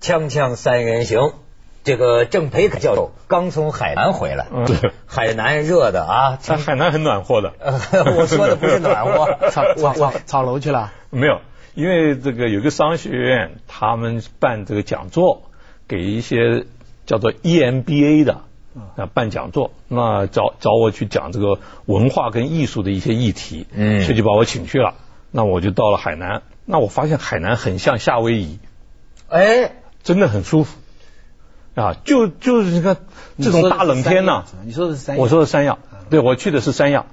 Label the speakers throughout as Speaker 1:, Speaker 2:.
Speaker 1: 锵锵三人行，这个郑培教授刚从海南回来，
Speaker 2: 嗯对
Speaker 1: 海南热的 啊，。
Speaker 2: 在海南很暖和的
Speaker 1: 我说的不是暖和
Speaker 2: 操
Speaker 3: 炒
Speaker 1: 我我
Speaker 3: 炒炒楼去了，
Speaker 2: 没有，因为这个有个商学院，他们办这个讲座，给一些叫做 E EMBA 的啊办讲座，那找找我去讲这个文化跟艺术的一些议题，
Speaker 1: 嗯
Speaker 2: 所以就把我请去了。那我就到了海南，那我发现海南很像夏威夷，
Speaker 1: 哎，
Speaker 2: 真的很舒服啊！就就是你看这种大冷天呐、
Speaker 3: 你说的是三亚啊嗯
Speaker 2: 我说的三亚，对我去的是三亚，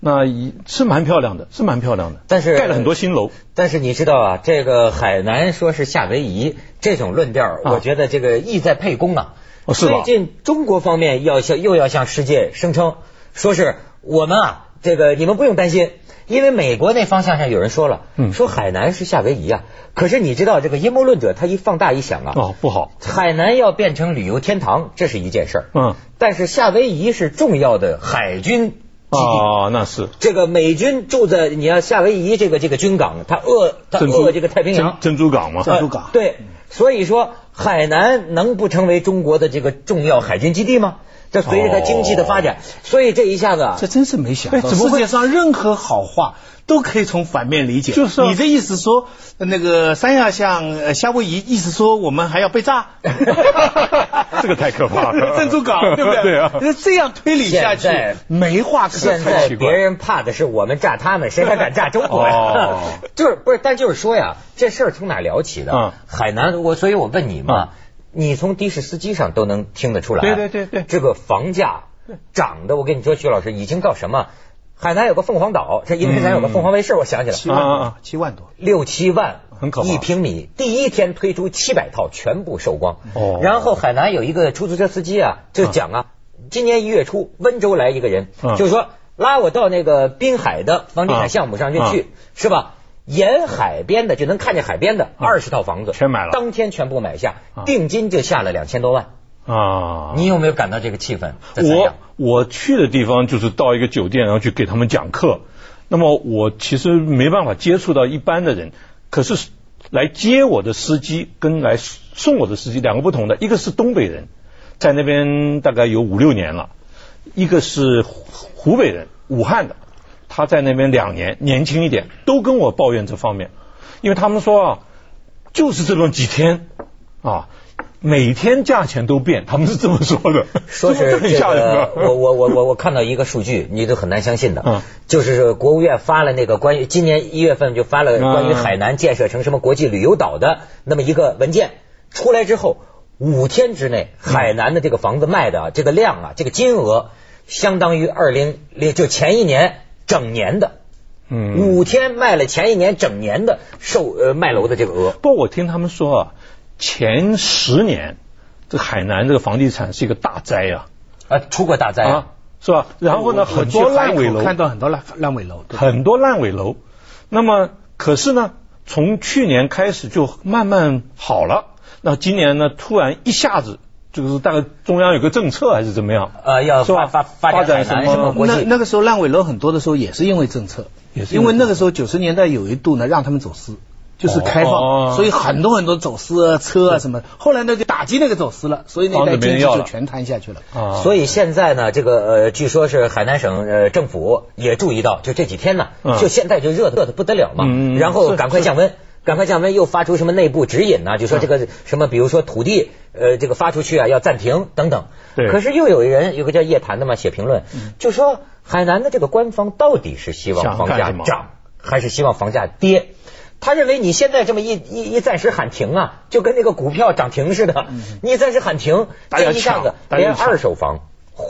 Speaker 2: 那一是蛮漂亮的，是蛮漂亮的，
Speaker 1: 但是
Speaker 2: 盖了很多新楼。
Speaker 1: 但是你知道啊，这个海南说是夏威夷这种论调儿，
Speaker 2: 啊
Speaker 1: 我觉得这个意在沛公啊。
Speaker 2: 哦是吧
Speaker 1: 最近中国方面要向又要向世界声称，说是我们啊，这个你们不用担心，因为美国那方向上有人说了，
Speaker 2: 嗯
Speaker 1: 说海南是夏威夷啊。可是你知道这个阴谋论者他一放大一想啊，
Speaker 2: 哦，不好，
Speaker 1: 海南要变成旅游天堂，这是一件事儿。
Speaker 2: 嗯，
Speaker 1: 但是夏威夷是重要的海军基地。
Speaker 2: 哦，那是
Speaker 1: 这个美军驻在你要夏威夷这个这个军港，它扼它
Speaker 2: 珍珠
Speaker 1: 扼这个太平洋
Speaker 2: 珍，珍珠港嘛，哎
Speaker 3: 珍珠港
Speaker 1: 呃对，所以说海南能不成为中国的这个重要海军基地吗？这随着它经济的发
Speaker 2: 哦
Speaker 1: 展，所以这一下子啊
Speaker 3: 这，真是没想到，
Speaker 2: 哎对怎么
Speaker 3: 世
Speaker 2: 会
Speaker 3: 界上任何好话都可以从反面理解。
Speaker 2: 就是啊？
Speaker 3: 你的意思说，那个三亚像呃夏威夷，意思说我们还要被炸
Speaker 2: 这个太可怕了
Speaker 3: 珍珠港对不对？
Speaker 2: 对啊
Speaker 3: 那这样推理下去
Speaker 1: 现在，
Speaker 3: 没话可
Speaker 1: 现
Speaker 3: 说。
Speaker 1: 在
Speaker 2: 奇怪
Speaker 1: 别人怕的是我们炸他们，谁还敢炸中国呀
Speaker 2: 哦？
Speaker 1: 就是不是？但就是说呀，这事儿从哪聊起的？
Speaker 2: 嗯
Speaker 1: 海南，我所以我问你嘛
Speaker 2: 嗯，
Speaker 1: 你从的士司机上都能听得出来，啊
Speaker 2: 对对对 对
Speaker 1: 这个房价涨的，我跟你说，徐老师已经到什么？海南有个凤凰岛，这因为咱有个凤凰卫视，我想起来了，
Speaker 3: 七万
Speaker 2: 啊啊
Speaker 3: 多
Speaker 2: 啊，
Speaker 3: 七万多，
Speaker 1: 六七万，
Speaker 2: 很可怕
Speaker 1: 一平米，第一天推出七百套，全部售光。
Speaker 2: 哦
Speaker 1: 然后海南有一个出租车司机啊，就讲啊，今年一月初温州来一个人，
Speaker 2: 嗯
Speaker 1: 就是说拉我到那个滨海的房地产项目上
Speaker 2: 嗯
Speaker 1: 就去，是吧？沿海边的就能看见海边的二十套房子，
Speaker 2: 嗯全买了
Speaker 1: 当天全部买下，
Speaker 2: 啊
Speaker 1: 定金就下了两千多万。
Speaker 2: 啊。
Speaker 1: 你有没有感到这个气氛？在三亚
Speaker 2: 我我去的地方就是到一个酒店，然后去给他们讲课。那么我其实没办法接触到一般的人，可是来接我的司机跟来送我的司机两个不同的，一个是东北人，在那边大概有五六年了，一个是湖湖北人，武汉的，他在那边两年，年轻一点，都跟我抱怨这方面，因为他们说啊，就是这种几天啊。每天价钱都变，他们是这么说的，
Speaker 1: 说
Speaker 2: 这
Speaker 1: 是
Speaker 2: 不很
Speaker 1: 这
Speaker 2: 吓人
Speaker 1: 个
Speaker 2: 吗，
Speaker 1: 我我我我我看到一个数据，你都很难相信的，
Speaker 2: 嗯
Speaker 1: 就是国务院发了那个关于今年一月份就发了
Speaker 2: 嗯
Speaker 1: 关于海南建设成什么国际旅游岛的那么一个文件出来之后，五天之内
Speaker 2: 嗯
Speaker 1: 海南的这个房子卖的啊这个量啊，这个金额相当于二零零就前一年整年的。
Speaker 2: 嗯，
Speaker 1: 五天卖了前一年整年的售呃卖楼的这个额，
Speaker 2: 不过我听他们说啊，前十年这海南这个房地产是一个大灾啊，
Speaker 1: 啊，出过大灾
Speaker 2: 啊，是吧？然后呢，
Speaker 3: 我
Speaker 2: 很多烂尾
Speaker 3: 我去海口
Speaker 2: 楼，
Speaker 3: 看到很多烂烂尾楼，对
Speaker 2: 很多烂尾楼。那么，可是呢，从去年开始就慢慢好了，那今年呢，突然一下子就是大概中央有个政策还是怎么样，
Speaker 1: 呃，要
Speaker 2: 是
Speaker 1: 发
Speaker 2: 吧
Speaker 1: 发
Speaker 2: 发
Speaker 1: 展
Speaker 2: 展
Speaker 1: 海南
Speaker 2: 什么
Speaker 1: 什么国际
Speaker 3: 呃那那个时候烂尾楼很多的时候，也是因为政策，
Speaker 2: 也是因
Speaker 3: 因
Speaker 2: 为
Speaker 3: 为那个时候九十年代有一度呢，让他们走私，就是开放，
Speaker 2: 哦
Speaker 3: 所以很多很多走私啊车啊什么。后来呢，就打击那个走私了，所以那一
Speaker 2: 房子
Speaker 3: 代
Speaker 2: 没
Speaker 3: 经
Speaker 2: 人
Speaker 3: 济
Speaker 2: 要了
Speaker 3: 就全摊下去了。
Speaker 2: 啊，
Speaker 1: 所
Speaker 2: 以
Speaker 1: 以现在呢，这个呃，据说是海南省呃政府也注意到，就这几天呢，
Speaker 2: 嗯
Speaker 1: 就现在就热得热的不得了嘛，
Speaker 2: 嗯嗯嗯
Speaker 1: 然后
Speaker 2: 是嗯
Speaker 1: 赶快降温。赶快降温，又发出什么内部指引呢、就说这个什么，比如说土地，呃，这个发出去啊要暂停等等。
Speaker 2: 对嗯
Speaker 1: 可是又有人，有个叫叶檀的嘛，写评论，就说海南的这个官方到底是希望
Speaker 2: 想
Speaker 1: 房
Speaker 2: 干
Speaker 1: 价
Speaker 2: 什么
Speaker 1: 涨还是希望房价跌？他认为你现在这么一一一暂时喊停啊，就跟那个股票涨停似的，你暂时喊停，
Speaker 2: 嗯大家
Speaker 1: 这一下子
Speaker 2: 抢大家
Speaker 1: 连
Speaker 2: 抢
Speaker 1: 二手房。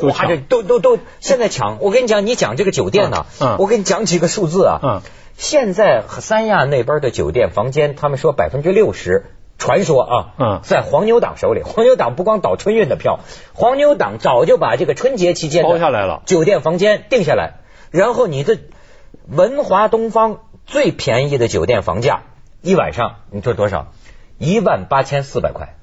Speaker 2: 都
Speaker 1: 哗，
Speaker 2: 抢
Speaker 1: 这都都都现在抢！我跟你讲，你讲这个酒店呢、
Speaker 2: 嗯嗯
Speaker 1: 我跟你讲几个数字啊。
Speaker 2: 嗯
Speaker 1: 现在三亚那边的酒店房间，他们说百分之六十，传说啊，
Speaker 2: 嗯
Speaker 1: 在黄牛党手里。 黄牛党不光倒春运的票，黄牛党早就把这个春节期间的
Speaker 2: 包下来了
Speaker 1: 酒店房间定下来，然后你的文华东方最便宜的酒店房价一晚上，你说多少？一万八千四百块。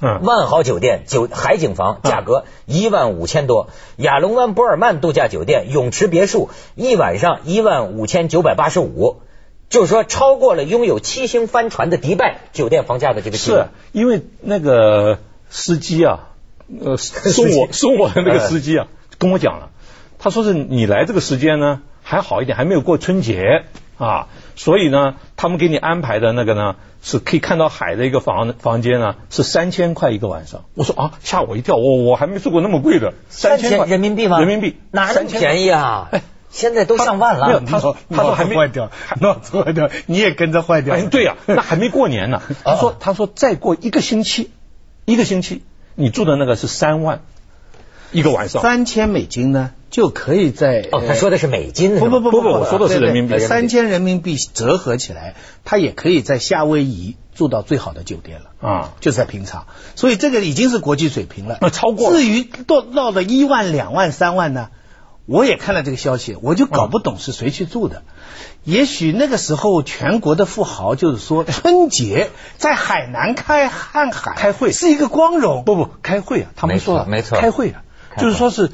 Speaker 2: 嗯，
Speaker 1: 万豪酒店酒海景房
Speaker 2: 啊
Speaker 1: 价格一万五千多，亚龙湾博尔曼度假酒店泳池别墅一晚上一万五千九百八十五，就是说超过了拥有七星帆船的迪拜酒店房价的这个记录
Speaker 2: 是。因为那个司机啊， 呃，送我送我的那个司机啊，跟我讲了，他说是你来这个时间呢还好一点，还没有过春节啊，所以呢，他们给你安排的那个呢是可以看到海的一个房房间呢是三千块一个晚上。我说啊，吓我一跳，我我还没住过那么贵的，三千块
Speaker 1: 人民币吗？
Speaker 2: 人民币
Speaker 1: 哪那么
Speaker 2: 3000块
Speaker 1: 便宜 啊？现在都上万
Speaker 2: 没有
Speaker 1: 了。
Speaker 2: 他说他说还没
Speaker 3: 坏掉，脑子坏掉，你也跟着坏掉。
Speaker 2: 哎，对呀、那还没过年呢。
Speaker 1: 哦
Speaker 2: 他说，他说再过一个星期，一个星期，你住的那个是三万一个晚上。
Speaker 3: 三千美金呢就可以在
Speaker 1: 哦，他说的是美金是
Speaker 3: 不
Speaker 1: 吗，
Speaker 3: 不不呃
Speaker 2: 不我说的是人民币
Speaker 1: 人民币
Speaker 3: 三千人民币折合起来，他也可以在夏威夷住到最好的酒店了。
Speaker 2: 啊，
Speaker 3: 就是在平常，所以这个已经是国际水平了。
Speaker 2: 那超过了
Speaker 3: 至于到到了一万、两万、三万呢，我也看了这个消息，我就搞不懂是谁去住的。也许那个时候全国的富豪就是说，春节在海南开看海
Speaker 2: 开会
Speaker 3: 是一个光荣。
Speaker 2: 不不，开会啊，他们说了，
Speaker 1: 没错没错
Speaker 2: 开会啊，
Speaker 1: 开会
Speaker 2: 就是说是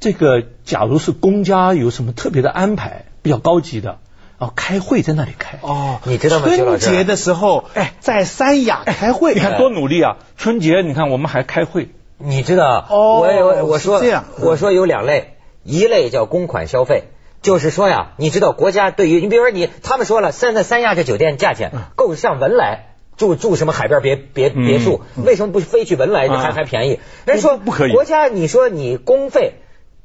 Speaker 2: 这个，假如是公家有什么特别的安排，比较高级的，然后开会在那里开。
Speaker 3: 哦，
Speaker 1: 你知道吗
Speaker 3: 春节的时候，
Speaker 2: 哎
Speaker 3: 哎，在三亚开会，
Speaker 2: 你看多努力啊！春节你看我们还开会，
Speaker 1: 你知道，
Speaker 3: 哦
Speaker 1: 我有我
Speaker 3: 是
Speaker 1: 说
Speaker 3: 这样
Speaker 2: 嗯
Speaker 1: 我说有两类，一类叫公款消费，就是说呀，你知道国家对于你，比如说你，他们说了，现在三亚这酒店价钱够上文莱。住住什么海边别别
Speaker 2: 嗯
Speaker 1: 别墅？为什么不飞去文莱
Speaker 2: 啊
Speaker 1: 还还便宜？人说
Speaker 2: 不不可以
Speaker 1: 国家你说你公费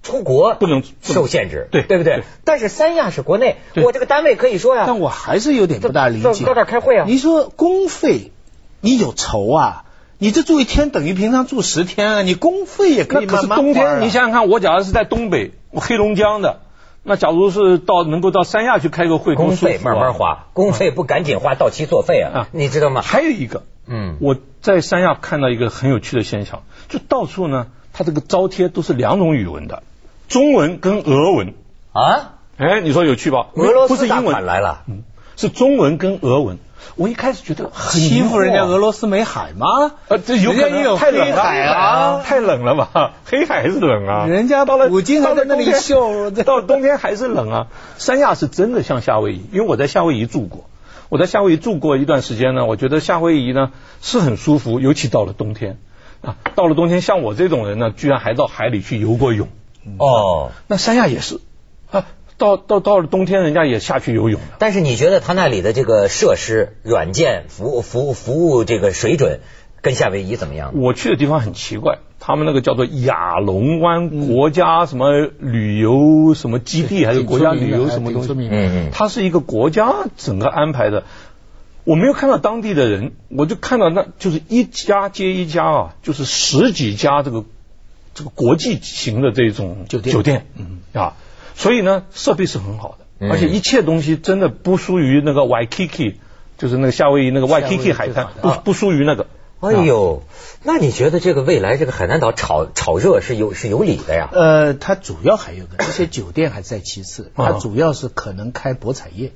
Speaker 1: 出国
Speaker 2: 不能不能
Speaker 1: 受限制，
Speaker 2: 对
Speaker 1: 对不对
Speaker 2: 对？
Speaker 1: 但是三亚是国内，
Speaker 2: 对
Speaker 1: 我这个单位可以说呀
Speaker 3: 但，我还是有点不大理
Speaker 1: 啊到
Speaker 3: 解。
Speaker 1: 到这儿开会啊
Speaker 3: 你说公费，你有仇啊？你这住一天等于平常住十天啊，你公费也可
Speaker 2: 那
Speaker 3: 以
Speaker 2: 可
Speaker 3: 慢
Speaker 2: 是
Speaker 3: 慢
Speaker 2: 冬
Speaker 3: 花啊
Speaker 2: 天，你想想看，我假如是在东北，我黑龙江的，那假如是到能够到三亚去开个会，多
Speaker 1: 公
Speaker 2: 舒
Speaker 1: 费
Speaker 2: 服啊
Speaker 1: 慢慢。花，公费不赶紧花，到期作废啊
Speaker 2: 啊，
Speaker 1: 你知道吗？
Speaker 2: 还有一个，
Speaker 1: 嗯，
Speaker 2: 我在三亚看到一个很有趣的现象，就到处呢，它这个招贴都是两种语文的，中文跟俄文。
Speaker 1: 啊，
Speaker 2: 哎，你说有趣吧？
Speaker 1: 俄罗
Speaker 2: 不是
Speaker 1: 斯大
Speaker 2: 英
Speaker 1: 款
Speaker 2: 文，嗯
Speaker 1: 来了。
Speaker 2: 是中文跟俄文。我一开始觉得很
Speaker 3: 欺负人家俄
Speaker 2: 罗，
Speaker 3: 罗斯没海吗？
Speaker 2: 呃，这有可
Speaker 3: 人家也有
Speaker 2: 能太冷
Speaker 3: 黑
Speaker 2: 了
Speaker 3: 海啊
Speaker 2: 太冷了吧？ 黑海是冷啊，
Speaker 3: 人家
Speaker 2: 到了
Speaker 3: 普京还在那
Speaker 2: 到了冬
Speaker 3: 里
Speaker 2: 天
Speaker 3: 秀这
Speaker 2: 到冬天还是冷啊。三亚是真的像夏威夷，因为我在夏威夷住过，我在夏威夷住过一段时间呢，我觉得夏威夷呢是很舒服，尤其到了冬天啊，到了冬天像我这种人呢，居然还到海里去游过泳，
Speaker 1: 哦，
Speaker 2: 那三亚也是啊，到到到了冬天人家也下去游泳了。
Speaker 1: 但是你觉得他那里的这个设施、软件、服务、服务、服务这个水准跟夏威夷怎么样？
Speaker 2: 我去的地方很奇怪，他们那个叫做亚龙
Speaker 3: 嗯
Speaker 2: 湾国家什么旅游什么基地，还是国家旅游什
Speaker 3: 哎
Speaker 2: 么东西，
Speaker 1: 嗯嗯，
Speaker 2: 它是一个国家整个安排的。我没有看到当地的人，我就看到那就是一家接一家啊，就是十几家这个这个国际型的这种
Speaker 3: 酒店
Speaker 2: 酒店，嗯啊，所以呢设备是很好的，
Speaker 1: 嗯
Speaker 2: 而且一切东西真的不输于那个 Waikiki，就是那个夏威夷那个
Speaker 3: 夏威夷
Speaker 2: Waikiki 海
Speaker 3: 最
Speaker 2: 滩
Speaker 3: 好，的
Speaker 2: 不
Speaker 1: 啊
Speaker 2: 不输于那个。
Speaker 1: 哎呦，那你觉得这个未来这个海南岛炒炒热是有是有理的呀？
Speaker 3: 呃，它主要还有个这些酒店还在其次，
Speaker 2: 啊
Speaker 3: 它主要是可能开博彩业，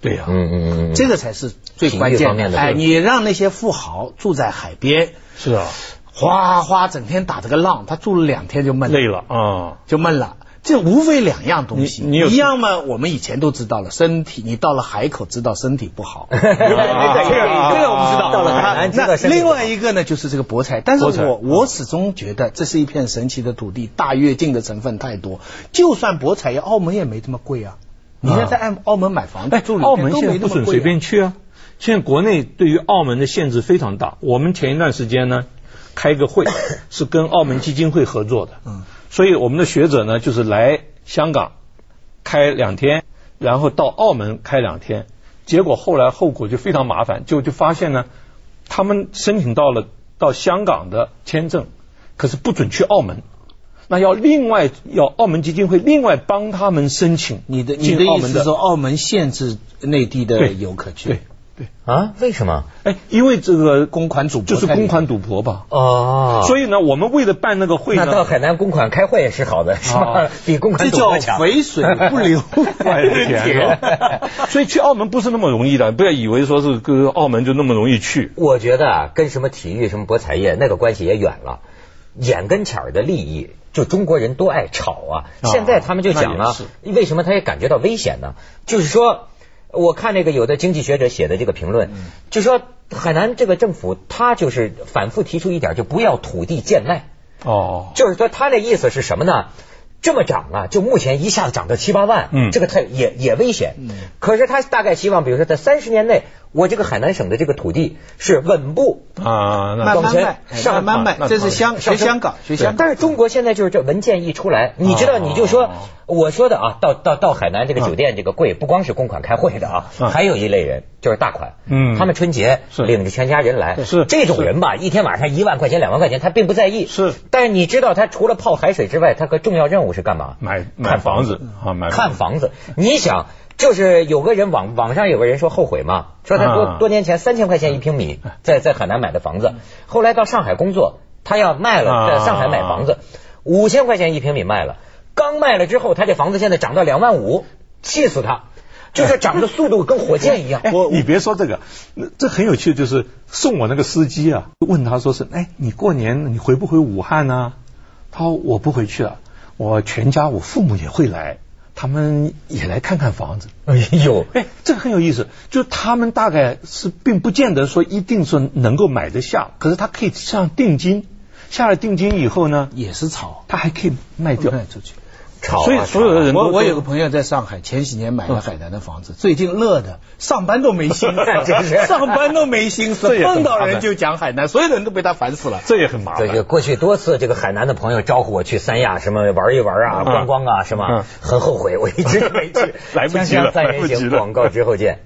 Speaker 2: 对呀、
Speaker 1: 嗯嗯嗯，
Speaker 3: 这
Speaker 1: 个
Speaker 3: 个才是最关
Speaker 1: 体育
Speaker 3: 键
Speaker 1: 方面的
Speaker 3: 哎，
Speaker 1: 对
Speaker 3: 你让那些富豪住在海边，
Speaker 2: 是啊，
Speaker 3: 哗哗整天打这个浪，他住了两天就闷了。
Speaker 2: 累了啊、
Speaker 3: 就闷了。这无非两样东西，
Speaker 2: 你你有
Speaker 3: 一样嘛？我们以前都知道了，身体你到了海口知道身体 不好，这
Speaker 1: 这个
Speaker 2: 这个我们知道
Speaker 1: 到了海南知道
Speaker 3: 那
Speaker 1: 身体
Speaker 3: 另
Speaker 1: 不好
Speaker 3: 外一个呢，就是这个博彩，但是
Speaker 2: 博彩
Speaker 3: 我我始终觉得这是一片神奇的土地，大跃进的成分太多。就算博彩业，澳门也没这么贵啊。你现在在澳澳门买房子
Speaker 2: 哎
Speaker 3: 住，旅
Speaker 2: 澳
Speaker 3: 店
Speaker 2: 门
Speaker 3: 都
Speaker 2: 现在
Speaker 3: 没
Speaker 2: 不
Speaker 3: 那么
Speaker 2: 准
Speaker 3: 贵
Speaker 2: 随
Speaker 3: 啊。
Speaker 2: 便去啊。现在国内对于澳门的限制非常大。我们前一段时间呢，开个 会是跟澳门基金会合作的，
Speaker 3: 嗯
Speaker 2: 所以我们的学者呢就是来香港开两天，然后到澳门开两天，结果后来后果就非常麻烦，就就发现呢，他们申请到了到香港的签证，可是不准去澳门。那要另外要澳门基金会另外帮他们申请
Speaker 3: 你的你
Speaker 2: 进
Speaker 3: 的
Speaker 2: 澳
Speaker 3: 意
Speaker 2: 门
Speaker 3: 思是说，澳门限制内地的
Speaker 2: 对
Speaker 3: 游客去
Speaker 2: 对，
Speaker 1: 啊？为什么？
Speaker 2: 哎，因为这个
Speaker 3: 公款赌博
Speaker 2: 就是
Speaker 3: 太厉
Speaker 2: 公
Speaker 3: 害
Speaker 2: 款赌博吧，
Speaker 1: 哦，
Speaker 2: 所
Speaker 1: 以
Speaker 2: 以呢，我们为了办那个会
Speaker 1: 那到
Speaker 2: 呢，
Speaker 1: 海南公款开会是好的，是吧
Speaker 2: 啊？
Speaker 1: 比公
Speaker 3: 这
Speaker 1: 款赌
Speaker 3: 叫
Speaker 1: 博强。
Speaker 3: 肥水不流外
Speaker 2: 太
Speaker 3: 人
Speaker 2: 甜了。啊所以去澳门不是那么容易的，不要以为说是跟澳门就那么容易去。
Speaker 1: 我觉得啊，跟什么体育、什么博彩业那个关系也远了，眼跟前儿的利益，就中国人多爱炒啊。
Speaker 2: 啊
Speaker 1: 现在他们就讲
Speaker 2: 那也
Speaker 1: 啊
Speaker 2: 是，
Speaker 1: 为什么他也感觉到危险呢？就是说，我看那个有的经济学者写的这个评
Speaker 2: 嗯
Speaker 1: 论，就说海南这个政府他就是反复提出一点，就不要土地贱卖。
Speaker 2: 哦，
Speaker 1: 就是说他的意思是什么呢？这么涨啊，就目前一下子涨到七八万，
Speaker 2: 嗯
Speaker 1: 这个太也也危险。
Speaker 3: 嗯
Speaker 1: 可是他大概希望，比如说在三十年内，我这个海南省的这个土地是稳步
Speaker 2: 啊，那
Speaker 3: 慢
Speaker 1: 往
Speaker 3: 慢
Speaker 1: 前
Speaker 3: 卖，哎
Speaker 1: 上
Speaker 3: 慢慢
Speaker 2: 啊那
Speaker 3: 卖，这是香
Speaker 1: 上
Speaker 3: 学香港，学香港。
Speaker 1: 但是中国现在就是这文件一出来，你知道，
Speaker 2: 哦
Speaker 1: 你就说我说的啊，到到到海南这个酒店这个贵，不光是公款开会的啊，
Speaker 2: 嗯
Speaker 1: 还有一类人就是大款，
Speaker 2: 嗯
Speaker 1: 他们春节
Speaker 2: 是
Speaker 1: 领着全家人来，
Speaker 2: 是
Speaker 1: 这种人吧，一天晚上一万块钱、两万块钱，他并不在意，
Speaker 2: 是
Speaker 1: 但是你知道，他除了泡海水之外，他个重要任务是干嘛？
Speaker 2: 买买房子啊，买
Speaker 1: 看房子。你想，就是有个人网网上有个人说后悔嘛，说他多、
Speaker 2: 啊嗯
Speaker 1: 多年前三千块钱一平米在在海南买的房子，后来到上海工作，他要卖了，
Speaker 2: 啊
Speaker 1: 在上海买房子，五千块钱一平米卖了，刚卖了之后，他这房子现在涨到两万五，气死他，就是涨的速度跟火箭一样。
Speaker 4: 哎，你别说这个，那这很有趣，就是送我那个司机啊，问他说是，哎，你过年你回不回武汉呢、他说我不回去了，我全家我父母也会来，他们也来看看房子。
Speaker 1: 哎呦，
Speaker 4: 哎，这很有意思，就他们大概是并不见得说一定说能够买得下，可是他可以上定金，下了定金以后呢，
Speaker 3: 也是炒，
Speaker 4: 他还可以卖掉。
Speaker 3: 卖出去。
Speaker 1: 吵啊
Speaker 2: 所以所有的人都
Speaker 3: 我我有个朋友在上海，前几年买了海南的房子，最近乐的上班都没 心
Speaker 1: 真是
Speaker 3: 思，上班都没心思
Speaker 2: 这，也很
Speaker 3: 碰到
Speaker 2: 麻
Speaker 3: 人
Speaker 2: 烦
Speaker 3: 就讲海南，所有人都被他烦死了。
Speaker 2: 这也很麻
Speaker 1: 这个
Speaker 2: 烦。
Speaker 1: 过去多次，这个海南的朋友招呼我去三亚什么玩一玩啊，
Speaker 2: 嗯
Speaker 1: 观光啊，是吗
Speaker 2: 嗯？。
Speaker 1: 很后悔，我一直都没去
Speaker 2: 来不及了
Speaker 1: 锵锵三人
Speaker 2: 来不及
Speaker 1: 行
Speaker 2: 了
Speaker 1: 广告之后见。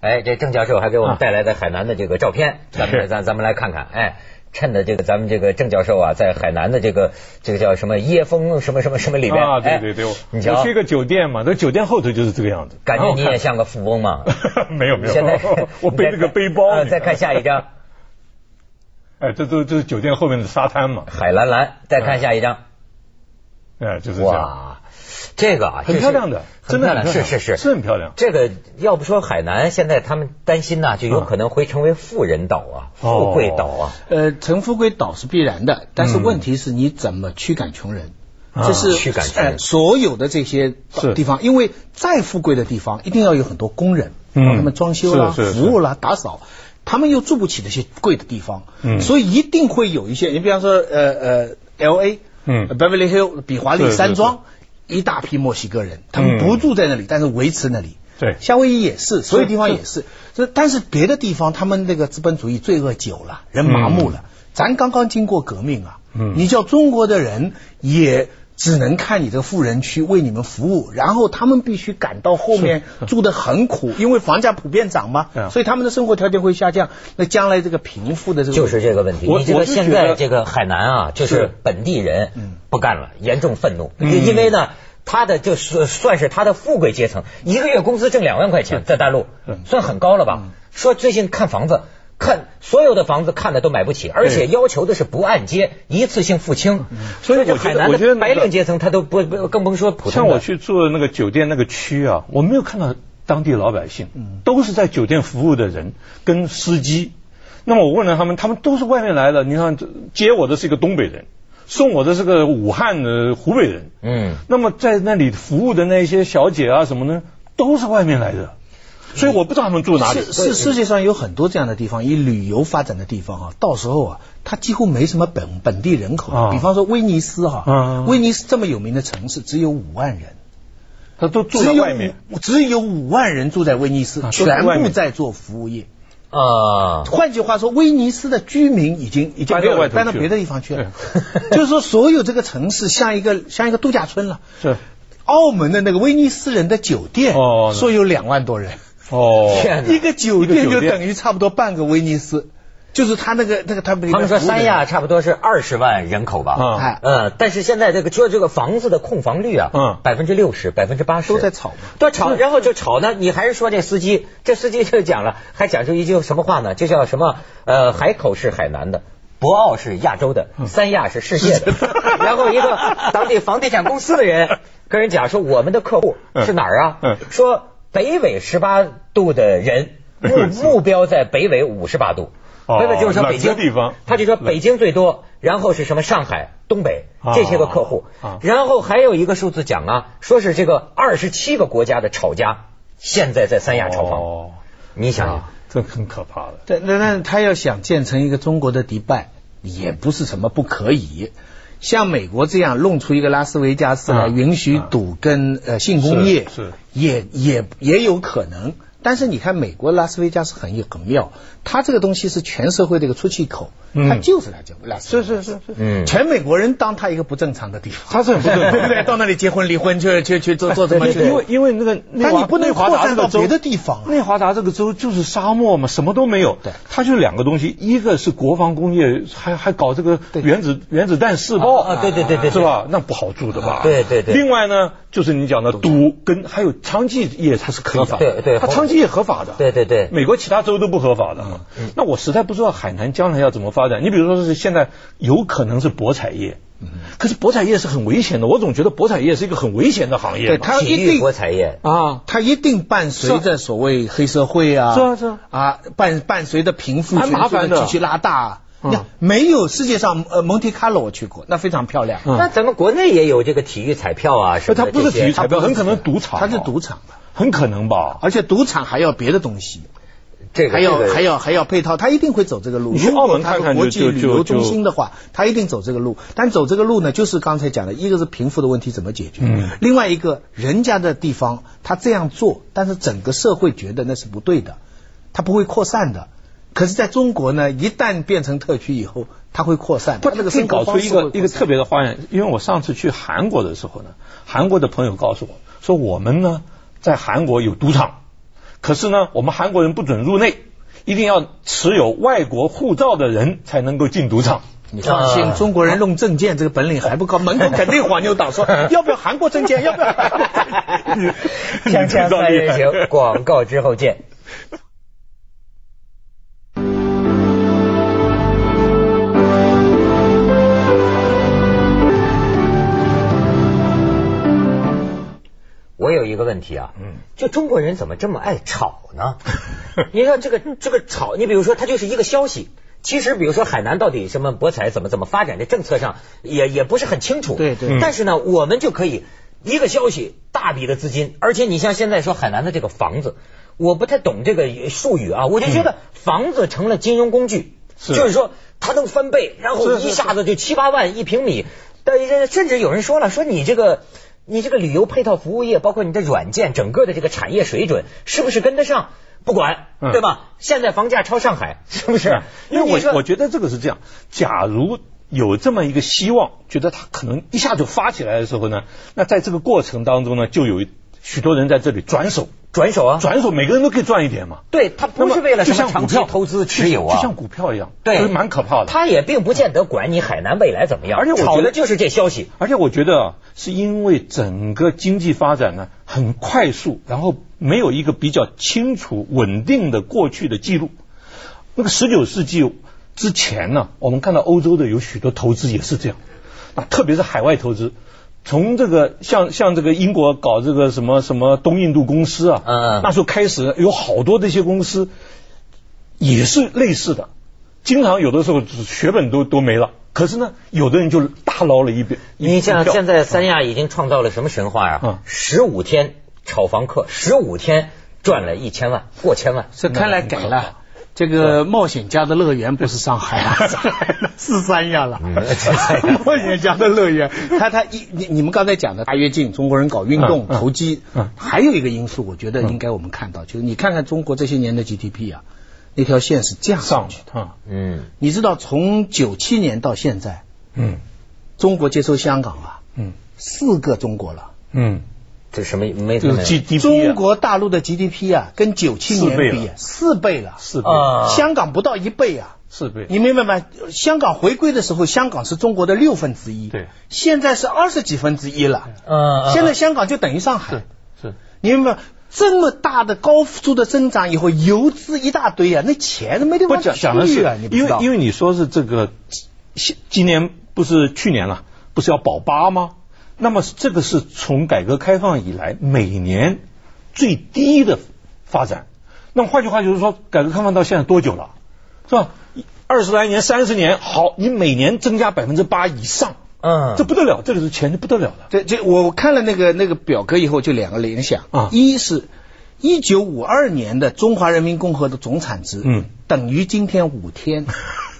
Speaker 1: 哎，这郑教授还给我
Speaker 2: 啊
Speaker 1: 们带来的海南的这个照片，咱们
Speaker 2: 是
Speaker 1: 咱咱们来看看，哎。趁着这个咱们这个郑教授啊，在海南的这个这个叫什么椰风什么什么什么里边
Speaker 2: 啊，
Speaker 1: 哎
Speaker 2: 对对对，我
Speaker 1: 你瞧
Speaker 2: 我去一个酒店嘛，那酒店后头就是这个样子。
Speaker 1: 感觉你也
Speaker 2: 然后
Speaker 1: 像个富翁嘛。
Speaker 2: 看 没有没有，
Speaker 1: 现在
Speaker 2: 我背着个背包。
Speaker 1: 呃
Speaker 2: 你
Speaker 1: 再看下一 张，
Speaker 2: 哎，这都这是酒店后面的沙滩嘛，
Speaker 1: 海蓝蓝，再看下一张，
Speaker 2: 哎， 就是这样，
Speaker 1: 哇，这个啊，
Speaker 2: 很
Speaker 1: 这是
Speaker 2: 漂亮的，
Speaker 1: 很
Speaker 2: 真的
Speaker 1: 漂亮，
Speaker 2: 很漂
Speaker 1: 是
Speaker 2: 亮
Speaker 1: 是是，
Speaker 2: 是很漂亮。
Speaker 1: 这个要不说海南现在他们担心呐、就有可能会成为富人岛啊，
Speaker 2: 嗯哦
Speaker 1: 富贵岛啊。
Speaker 3: 呃，陈富贵倒是必然的，但是问题是你怎么驱赶穷人？
Speaker 2: 啊
Speaker 3: 这是
Speaker 1: 驱赶穷人
Speaker 3: 呃所有的这些
Speaker 2: 是
Speaker 3: 地方，因为再富贵的地方，一定要有很多工人，
Speaker 2: 嗯
Speaker 3: 帮他们装修啦、
Speaker 2: 是是是
Speaker 3: 服务啦、打扫。他们又住不起那些贵的地方，
Speaker 2: 嗯
Speaker 3: 所以一定会有一些，你比方说，呃呃，L A，
Speaker 2: 嗯
Speaker 1: 呃
Speaker 3: ，Beverly Hill，比华利
Speaker 2: 是是
Speaker 3: 山庄，一大批墨西哥人，他
Speaker 2: 嗯
Speaker 3: 们不住在那里，但是维持那里。
Speaker 2: 对
Speaker 3: 夏威夷也是，所有地方也是。这但是别的地方，他们那个资本主义罪恶久了，人麻木了。咱刚刚经过革命啊，
Speaker 2: 嗯
Speaker 3: 你叫中国的人也只能看你这个富人区为你们服务，然后他们必须赶到后面住得很苦，因为房价普遍涨嘛，
Speaker 2: 嗯
Speaker 3: 所以他们的生活条件会下降。那将来这个贫富的这个
Speaker 1: 就是这个问题，
Speaker 2: 我
Speaker 1: 你这个
Speaker 2: 我是觉得
Speaker 1: 现在这个海南啊，就是
Speaker 2: 是嗯
Speaker 1: 本地人不干了，严重愤怒，因为呢，他的就是算是他的富贵阶层，一个月工资挣两万块
Speaker 2: 嗯
Speaker 1: 钱，在大陆算很高了吧？说最近看房子，看所有的房子看的都买不起，而且要求的是不按揭，一次性付清，所以
Speaker 2: 嗯我觉
Speaker 1: 这
Speaker 2: 得
Speaker 1: 海南
Speaker 2: 我觉
Speaker 1: 的
Speaker 2: 得那
Speaker 1: 白
Speaker 2: 个
Speaker 1: 领阶层他都不不更甭说普
Speaker 2: 像
Speaker 1: 通
Speaker 2: 我
Speaker 1: 的。
Speaker 2: 去住的那个酒店那个区啊，我没有看到当地老百姓，
Speaker 1: 嗯
Speaker 2: 都是在酒店服务的人跟司机。那么我问了他们，他们都是外面来的。你看这接我的是一个东北人，送我的是个武汉的湖北人。
Speaker 1: 嗯，
Speaker 2: 那么在那里服务的那些小姐啊什么呢，都是外面来的，所以我不知道他们住哪里。
Speaker 3: 是是世界上有很多这样的地方，以旅游发展的地方啊，到时候啊，它几乎没什么本本地人口。
Speaker 2: 啊
Speaker 3: 比方说威尼斯哈、
Speaker 2: 嗯
Speaker 3: 威尼斯这么有名的城市，只有五万人，
Speaker 2: 他都住
Speaker 3: 只
Speaker 2: 在
Speaker 3: 有
Speaker 2: 外面。
Speaker 3: 五只有五万人住在威尼斯，
Speaker 2: 啊住在
Speaker 3: 全
Speaker 2: 外面
Speaker 3: 部在做服务业。
Speaker 1: 啊，
Speaker 3: 换句话说，威尼斯的居民已经已经
Speaker 2: 搬
Speaker 3: 没
Speaker 2: 到
Speaker 3: 有
Speaker 2: 外
Speaker 3: 了
Speaker 2: 头
Speaker 3: 搬到
Speaker 2: 去
Speaker 3: 别的地方去了， 就是说所有这个城市像一个像一个度假村了。
Speaker 2: 是
Speaker 3: 澳门的那个威尼斯人的酒店，
Speaker 2: 哦
Speaker 3: 说有两万多人。
Speaker 2: 哦，
Speaker 1: 天哪
Speaker 3: 一个酒
Speaker 2: 一
Speaker 3: 店
Speaker 2: 个酒
Speaker 3: 就
Speaker 2: 店
Speaker 3: 等于差不多半个威尼斯，就是他那个那个他们
Speaker 1: 他们说三亚差不多是二十万人口吧？
Speaker 2: 啊
Speaker 3: 哎
Speaker 1: 嗯，但是现在这个说这个房子的控房率啊，
Speaker 2: 嗯
Speaker 1: 百分之六十、百分之八十
Speaker 3: 都在炒嘛，
Speaker 1: 都炒，然后就炒呢。你还是说这司机，这司机就讲了，还讲出一句什么话呢？就叫什么呃，海口是海南的。博鳌是亚洲的，三亚是世界的。然后一个当地房地产公司的人跟人讲说，我们的客户是哪儿啊？
Speaker 2: 嗯嗯
Speaker 1: 说北纬十八度的人目目标在北纬五十八度，
Speaker 5: 哦
Speaker 1: 北纬就是说北京
Speaker 5: 冷的地方
Speaker 1: 他就说北京最多，然后是什么上海、东北
Speaker 5: 啊
Speaker 1: 这些个客户
Speaker 5: 啊，
Speaker 1: 然后还有一个数字讲啊，说是这个二十七个国家的炒家现在在三亚炒房，
Speaker 5: 哦，
Speaker 1: 你想想
Speaker 5: 啊。，这很可怕的。
Speaker 3: 但那那他要想建成一个中国的迪拜，也不是什么不可以。像美国这样弄出一个拉斯维加斯来，
Speaker 5: 啊
Speaker 3: 允许赌跟、呃性工业，
Speaker 5: 是是
Speaker 3: 也也也有可能。但是你看，美国拉斯维加斯很也很妙，它这个东西是全社会的一个出气口，它就是拉叫拉斯维加斯，是是是
Speaker 1: 嗯
Speaker 3: 全美国人当它一个不正常的地方，
Speaker 2: 它是很不正常
Speaker 3: 对不对？到那里结婚离婚去去去做做什么去？
Speaker 5: 因为因为那个内
Speaker 3: 但
Speaker 5: 华
Speaker 3: 你不能
Speaker 5: 内华
Speaker 3: 扩
Speaker 5: 达这
Speaker 3: 散
Speaker 5: 个
Speaker 3: 到
Speaker 5: 州
Speaker 3: 别的地方啊。
Speaker 2: 内华达这个州就是沙漠嘛，什么都没有。
Speaker 3: 对
Speaker 2: 它就是两个东西，一个是国防工业，还还搞这个
Speaker 3: 对哦
Speaker 2: 原子原子弹试爆
Speaker 1: 啊啊对对对对
Speaker 2: 是吧？那不好住的吧？
Speaker 1: 对对对
Speaker 2: 另外呢，就是你讲的赌跟还有娼妓业，它是合法的，
Speaker 3: 哦
Speaker 1: 对对
Speaker 2: 它娼妓业合法的，
Speaker 1: 对对对
Speaker 2: 美国其他州都不合法的。
Speaker 3: 嗯
Speaker 2: 那我实在不知道海南将来要怎么发展。你比如说是现在有可能是博彩业。
Speaker 3: 嗯
Speaker 2: 可是博彩业是很危险的，我总觉得博彩业是一个很危险的行业嘛。
Speaker 3: 对它一
Speaker 1: 体育
Speaker 3: 定
Speaker 1: 博彩业，
Speaker 2: 啊，
Speaker 3: 它一定伴随着所谓黑社会啊，
Speaker 2: 是啊是啊
Speaker 3: 伴伴随着贫富
Speaker 2: 蛮
Speaker 3: 悬
Speaker 2: 麻
Speaker 3: 殊
Speaker 2: 烦
Speaker 3: 的
Speaker 2: 的
Speaker 3: 继续拉大。啊
Speaker 2: 嗯
Speaker 3: 那没有世界上呃蒙特卡洛我去过，那非常漂亮。
Speaker 1: 那咱们国内也有这个体育彩票啊什么
Speaker 2: 它
Speaker 1: 的这些。
Speaker 2: 不是体育彩票，
Speaker 3: 它
Speaker 2: 很
Speaker 3: 嗯不是
Speaker 2: 可能赌场。
Speaker 3: 它是赌场啊的，
Speaker 2: 很可能吧。
Speaker 3: 而且赌场还要别的东西，
Speaker 1: 这个
Speaker 3: 还要
Speaker 1: 这个
Speaker 3: 还要还要配套，它一定会走这个路。
Speaker 2: 你去
Speaker 3: 如果
Speaker 2: 澳门看看
Speaker 3: 它是国
Speaker 2: 就
Speaker 3: 际
Speaker 2: 就
Speaker 3: 旅游
Speaker 2: 就
Speaker 3: 中心的话，它一定走这个路。但走这个路呢，就是刚才讲的，一个是贫富的问题怎么解决，
Speaker 2: 嗯
Speaker 3: 另外一个人家的地方他这样做，但是整个社会觉得那是不对的，它不会扩散的。可是，在中国呢，一旦变成特区以后，它会扩散。
Speaker 2: 不，
Speaker 3: 它那个
Speaker 2: 可以
Speaker 3: 生
Speaker 2: 搞
Speaker 3: 活
Speaker 2: 出
Speaker 3: 方式
Speaker 2: 一个
Speaker 3: 会扩
Speaker 2: 一个
Speaker 3: 散
Speaker 2: 特别的花样。因为我上次去韩国的时候呢，韩国的朋友告诉我说，我们呢在韩国有赌场，可是呢，我们韩国人不准入内，一定要持有外国护照的人才能够进赌场。
Speaker 3: 你放心，
Speaker 1: 啊
Speaker 3: 中国人弄证件这个本领还 不高，门口肯定黄牛党说 要不要韩国证件，要不 要韩国证件？
Speaker 1: 锵锵三人
Speaker 2: 你知道厉
Speaker 1: 行，
Speaker 2: 害
Speaker 1: 广告之后见。我有一个问题啊，就中国人怎么这么爱吵呢？ 你看这个这个吵，你比如说，它就是一个消息。其实，比如说海南到底什么博彩怎么怎么发展，这政策上也也不是很清楚。
Speaker 3: 对
Speaker 2: 嗯
Speaker 3: 对
Speaker 1: 但是呢，我们就可以一个消息大笔的资金，而且你像现在说海南的这个房子，我不太懂这个术语啊，我就觉得房子成了金融工具，
Speaker 2: 嗯是
Speaker 1: 就是说它能翻倍，然后一下子就七八万一平米，但是甚至有人说了，说你这个。你这个旅游配套服务业，包括你的软件，整个的这个产业水准是不是跟得上？不管，
Speaker 2: 嗯
Speaker 1: 对吧？现在房价超上海，是不是？
Speaker 2: 因
Speaker 1: 那
Speaker 2: 为
Speaker 1: 你说
Speaker 2: 啊我我觉得这个是这样，假如有这么一个希望，觉得它可能一下就发起来的时候呢，那在这个过程当中呢，就有许多人在这里转手，
Speaker 1: 转手啊，
Speaker 2: 转手每个人都可以赚一点嘛。
Speaker 1: 对，它不是为了
Speaker 2: 就
Speaker 1: 什么
Speaker 2: 像
Speaker 1: 长
Speaker 2: 股
Speaker 1: 期
Speaker 2: 票
Speaker 1: 投资持有啊，
Speaker 2: 就像股票一样，
Speaker 1: 对
Speaker 2: 所以蛮可怕的。
Speaker 1: 他也并不见得管你海南未来怎么样，
Speaker 2: 而且我觉得
Speaker 1: 炒的就是这消息。
Speaker 2: 而且我觉得啊，是因为整个经济发展呢很快速，然后没有一个比较清楚、稳定的过去的记录。那个十九世纪之前呢，我们看到欧洲的有许多投资也是这样，那特别是海外投资。从这个像像这个英国搞这个什么什么东印度公司啊，
Speaker 1: 嗯
Speaker 2: 那时候开始有好多这些公司也是类似的，经常有的时候血本都都没了，可是呢，有的人就大捞了一笔。
Speaker 1: 你像现
Speaker 2: 在
Speaker 1: 在三亚已经创造了什么神话呀、
Speaker 2: 嗯
Speaker 1: 十五天炒房客，十五天赚了一千万，过千万。
Speaker 3: 这看来改了。这个冒险家的乐园不是上 海了，是三亚
Speaker 2: 嗯
Speaker 3: 了。 冒险家的乐园，他他一你你们刚才讲的大跃进，中国人搞运动、
Speaker 2: 嗯嗯
Speaker 3: 投机
Speaker 2: 嗯，
Speaker 3: 还有一个因素，我觉得应该我们看到，就是你看看中国这些年的 GDP 啊，那条线是这样
Speaker 2: 上
Speaker 3: 去
Speaker 2: 去
Speaker 3: 的。
Speaker 2: 啊，
Speaker 1: 嗯，
Speaker 3: 你知道从九七年到现在，
Speaker 2: 嗯
Speaker 3: 中国接收香港啊，
Speaker 2: 嗯
Speaker 3: 四个中国了。
Speaker 2: 嗯，
Speaker 1: 这什么没怎
Speaker 2: 这是
Speaker 1: 么
Speaker 2: GDP
Speaker 3: 中国大陆的 GDP 啊，跟九七年
Speaker 2: 四倍
Speaker 3: 比
Speaker 2: 了
Speaker 3: 四倍了，
Speaker 2: 四倍
Speaker 1: 啊，
Speaker 3: 香港不到一倍啊。
Speaker 2: 四倍，
Speaker 3: 你明白吗？香港回归的时候，香港是中国的六分之一，
Speaker 2: 对，
Speaker 3: 现在是二十几分之一了。
Speaker 1: 嗯，
Speaker 3: 现在
Speaker 1: 嗯
Speaker 3: 香港就等于上海，
Speaker 2: 哎是
Speaker 3: 你明白吗？这么大的高速的增长以后，游资一大堆啊，那钱没地
Speaker 2: 不
Speaker 3: 方去
Speaker 2: 讲
Speaker 3: 啊，
Speaker 2: 讲的是
Speaker 3: 你，不
Speaker 2: 因
Speaker 3: 知
Speaker 2: 为
Speaker 3: 道
Speaker 2: 因为你说是这个，今今年不是去年了，不是要保八吗？那么这个是从改革开放以来每年最低的发展。那么换句话就是说，改革开放到现在多久了，是吧？二十来年、三十年，好，你每年增加百分之八以上，
Speaker 1: 嗯，
Speaker 2: 这不得了，这个是钱就不得了了。
Speaker 3: 这这，我看了那个那个表格以后，就两个联想
Speaker 2: 啊
Speaker 3: 一是一九五二年的中华人民共和国的总产值，
Speaker 2: 嗯，
Speaker 3: 等于今天五 天，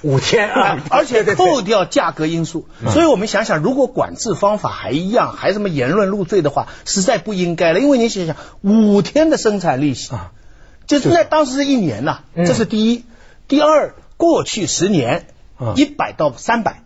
Speaker 1: 五天 啊，
Speaker 3: 而且
Speaker 1: 对对嗯
Speaker 3: 扣掉价格因素，所以我们想想，如果管制方法还一样，还什么言论入罪的话，实在不应该了，因为你想想，五天的生产利息
Speaker 2: 啊，
Speaker 3: 就是在当时是一年呐、
Speaker 1: 嗯
Speaker 3: 这是第一，第二，过去十年
Speaker 2: 啊
Speaker 3: 一百到三百。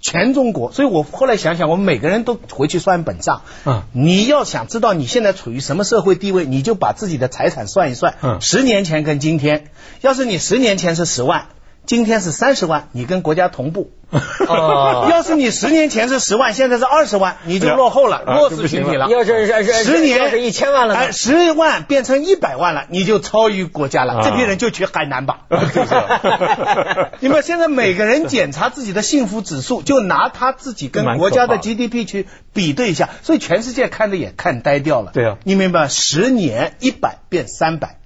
Speaker 3: 全中国，所以我后来想想，我们每个人都回去算本账。
Speaker 2: 啊
Speaker 3: 你要想知道你现在处于什么社会地位，你就把自己的财产算一算。
Speaker 2: 嗯
Speaker 3: 十年前跟今天，要是你十年前是十万，今天是三十万，你跟国家 同步。
Speaker 1: 哦
Speaker 3: 要是你十年前是十万，现在是二十万，你就落后了，
Speaker 2: 啊
Speaker 3: 弱
Speaker 2: 就
Speaker 3: 势
Speaker 2: 不行
Speaker 3: 群体
Speaker 2: 了
Speaker 3: 了。
Speaker 1: 要是是是
Speaker 3: 十年
Speaker 1: 要是一千万了呢
Speaker 3: 哎十万变成一百万了，你就超于国家了。
Speaker 2: 啊
Speaker 3: 这批人就去海南吧。
Speaker 2: 就是
Speaker 3: 你们现在每个人检查自己的幸福指数，就拿他自己跟国家的
Speaker 2: 蛮可怕
Speaker 3: GDP 去比对一下，所以全世界看的也看呆掉了。
Speaker 2: 对啊
Speaker 3: 你明白吗？十年一百变三百，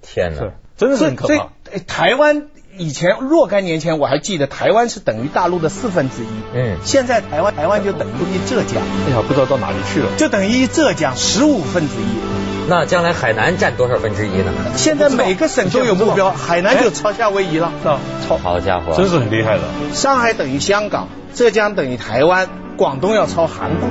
Speaker 1: 天哪
Speaker 2: 是，真的是
Speaker 3: 所
Speaker 2: 很
Speaker 3: 以
Speaker 2: 可
Speaker 3: 所以
Speaker 2: 怕。
Speaker 3: 哎台湾以前若干年前我还记得，台湾是等于大陆的四分之一。
Speaker 1: 嗯
Speaker 3: 现在台湾台湾就等于浙江，
Speaker 2: 哎呀，不知道到哪里去了。
Speaker 3: 就等于浙江十五分之一。
Speaker 1: 那将来海南占多少分之一呢？
Speaker 3: 现在每个省都有目标，海南就超夏威夷了。
Speaker 2: 操，
Speaker 1: 好家伙，
Speaker 2: 真是很厉害了。
Speaker 3: 上海等于香港，浙江等于台湾，广东要超韩国。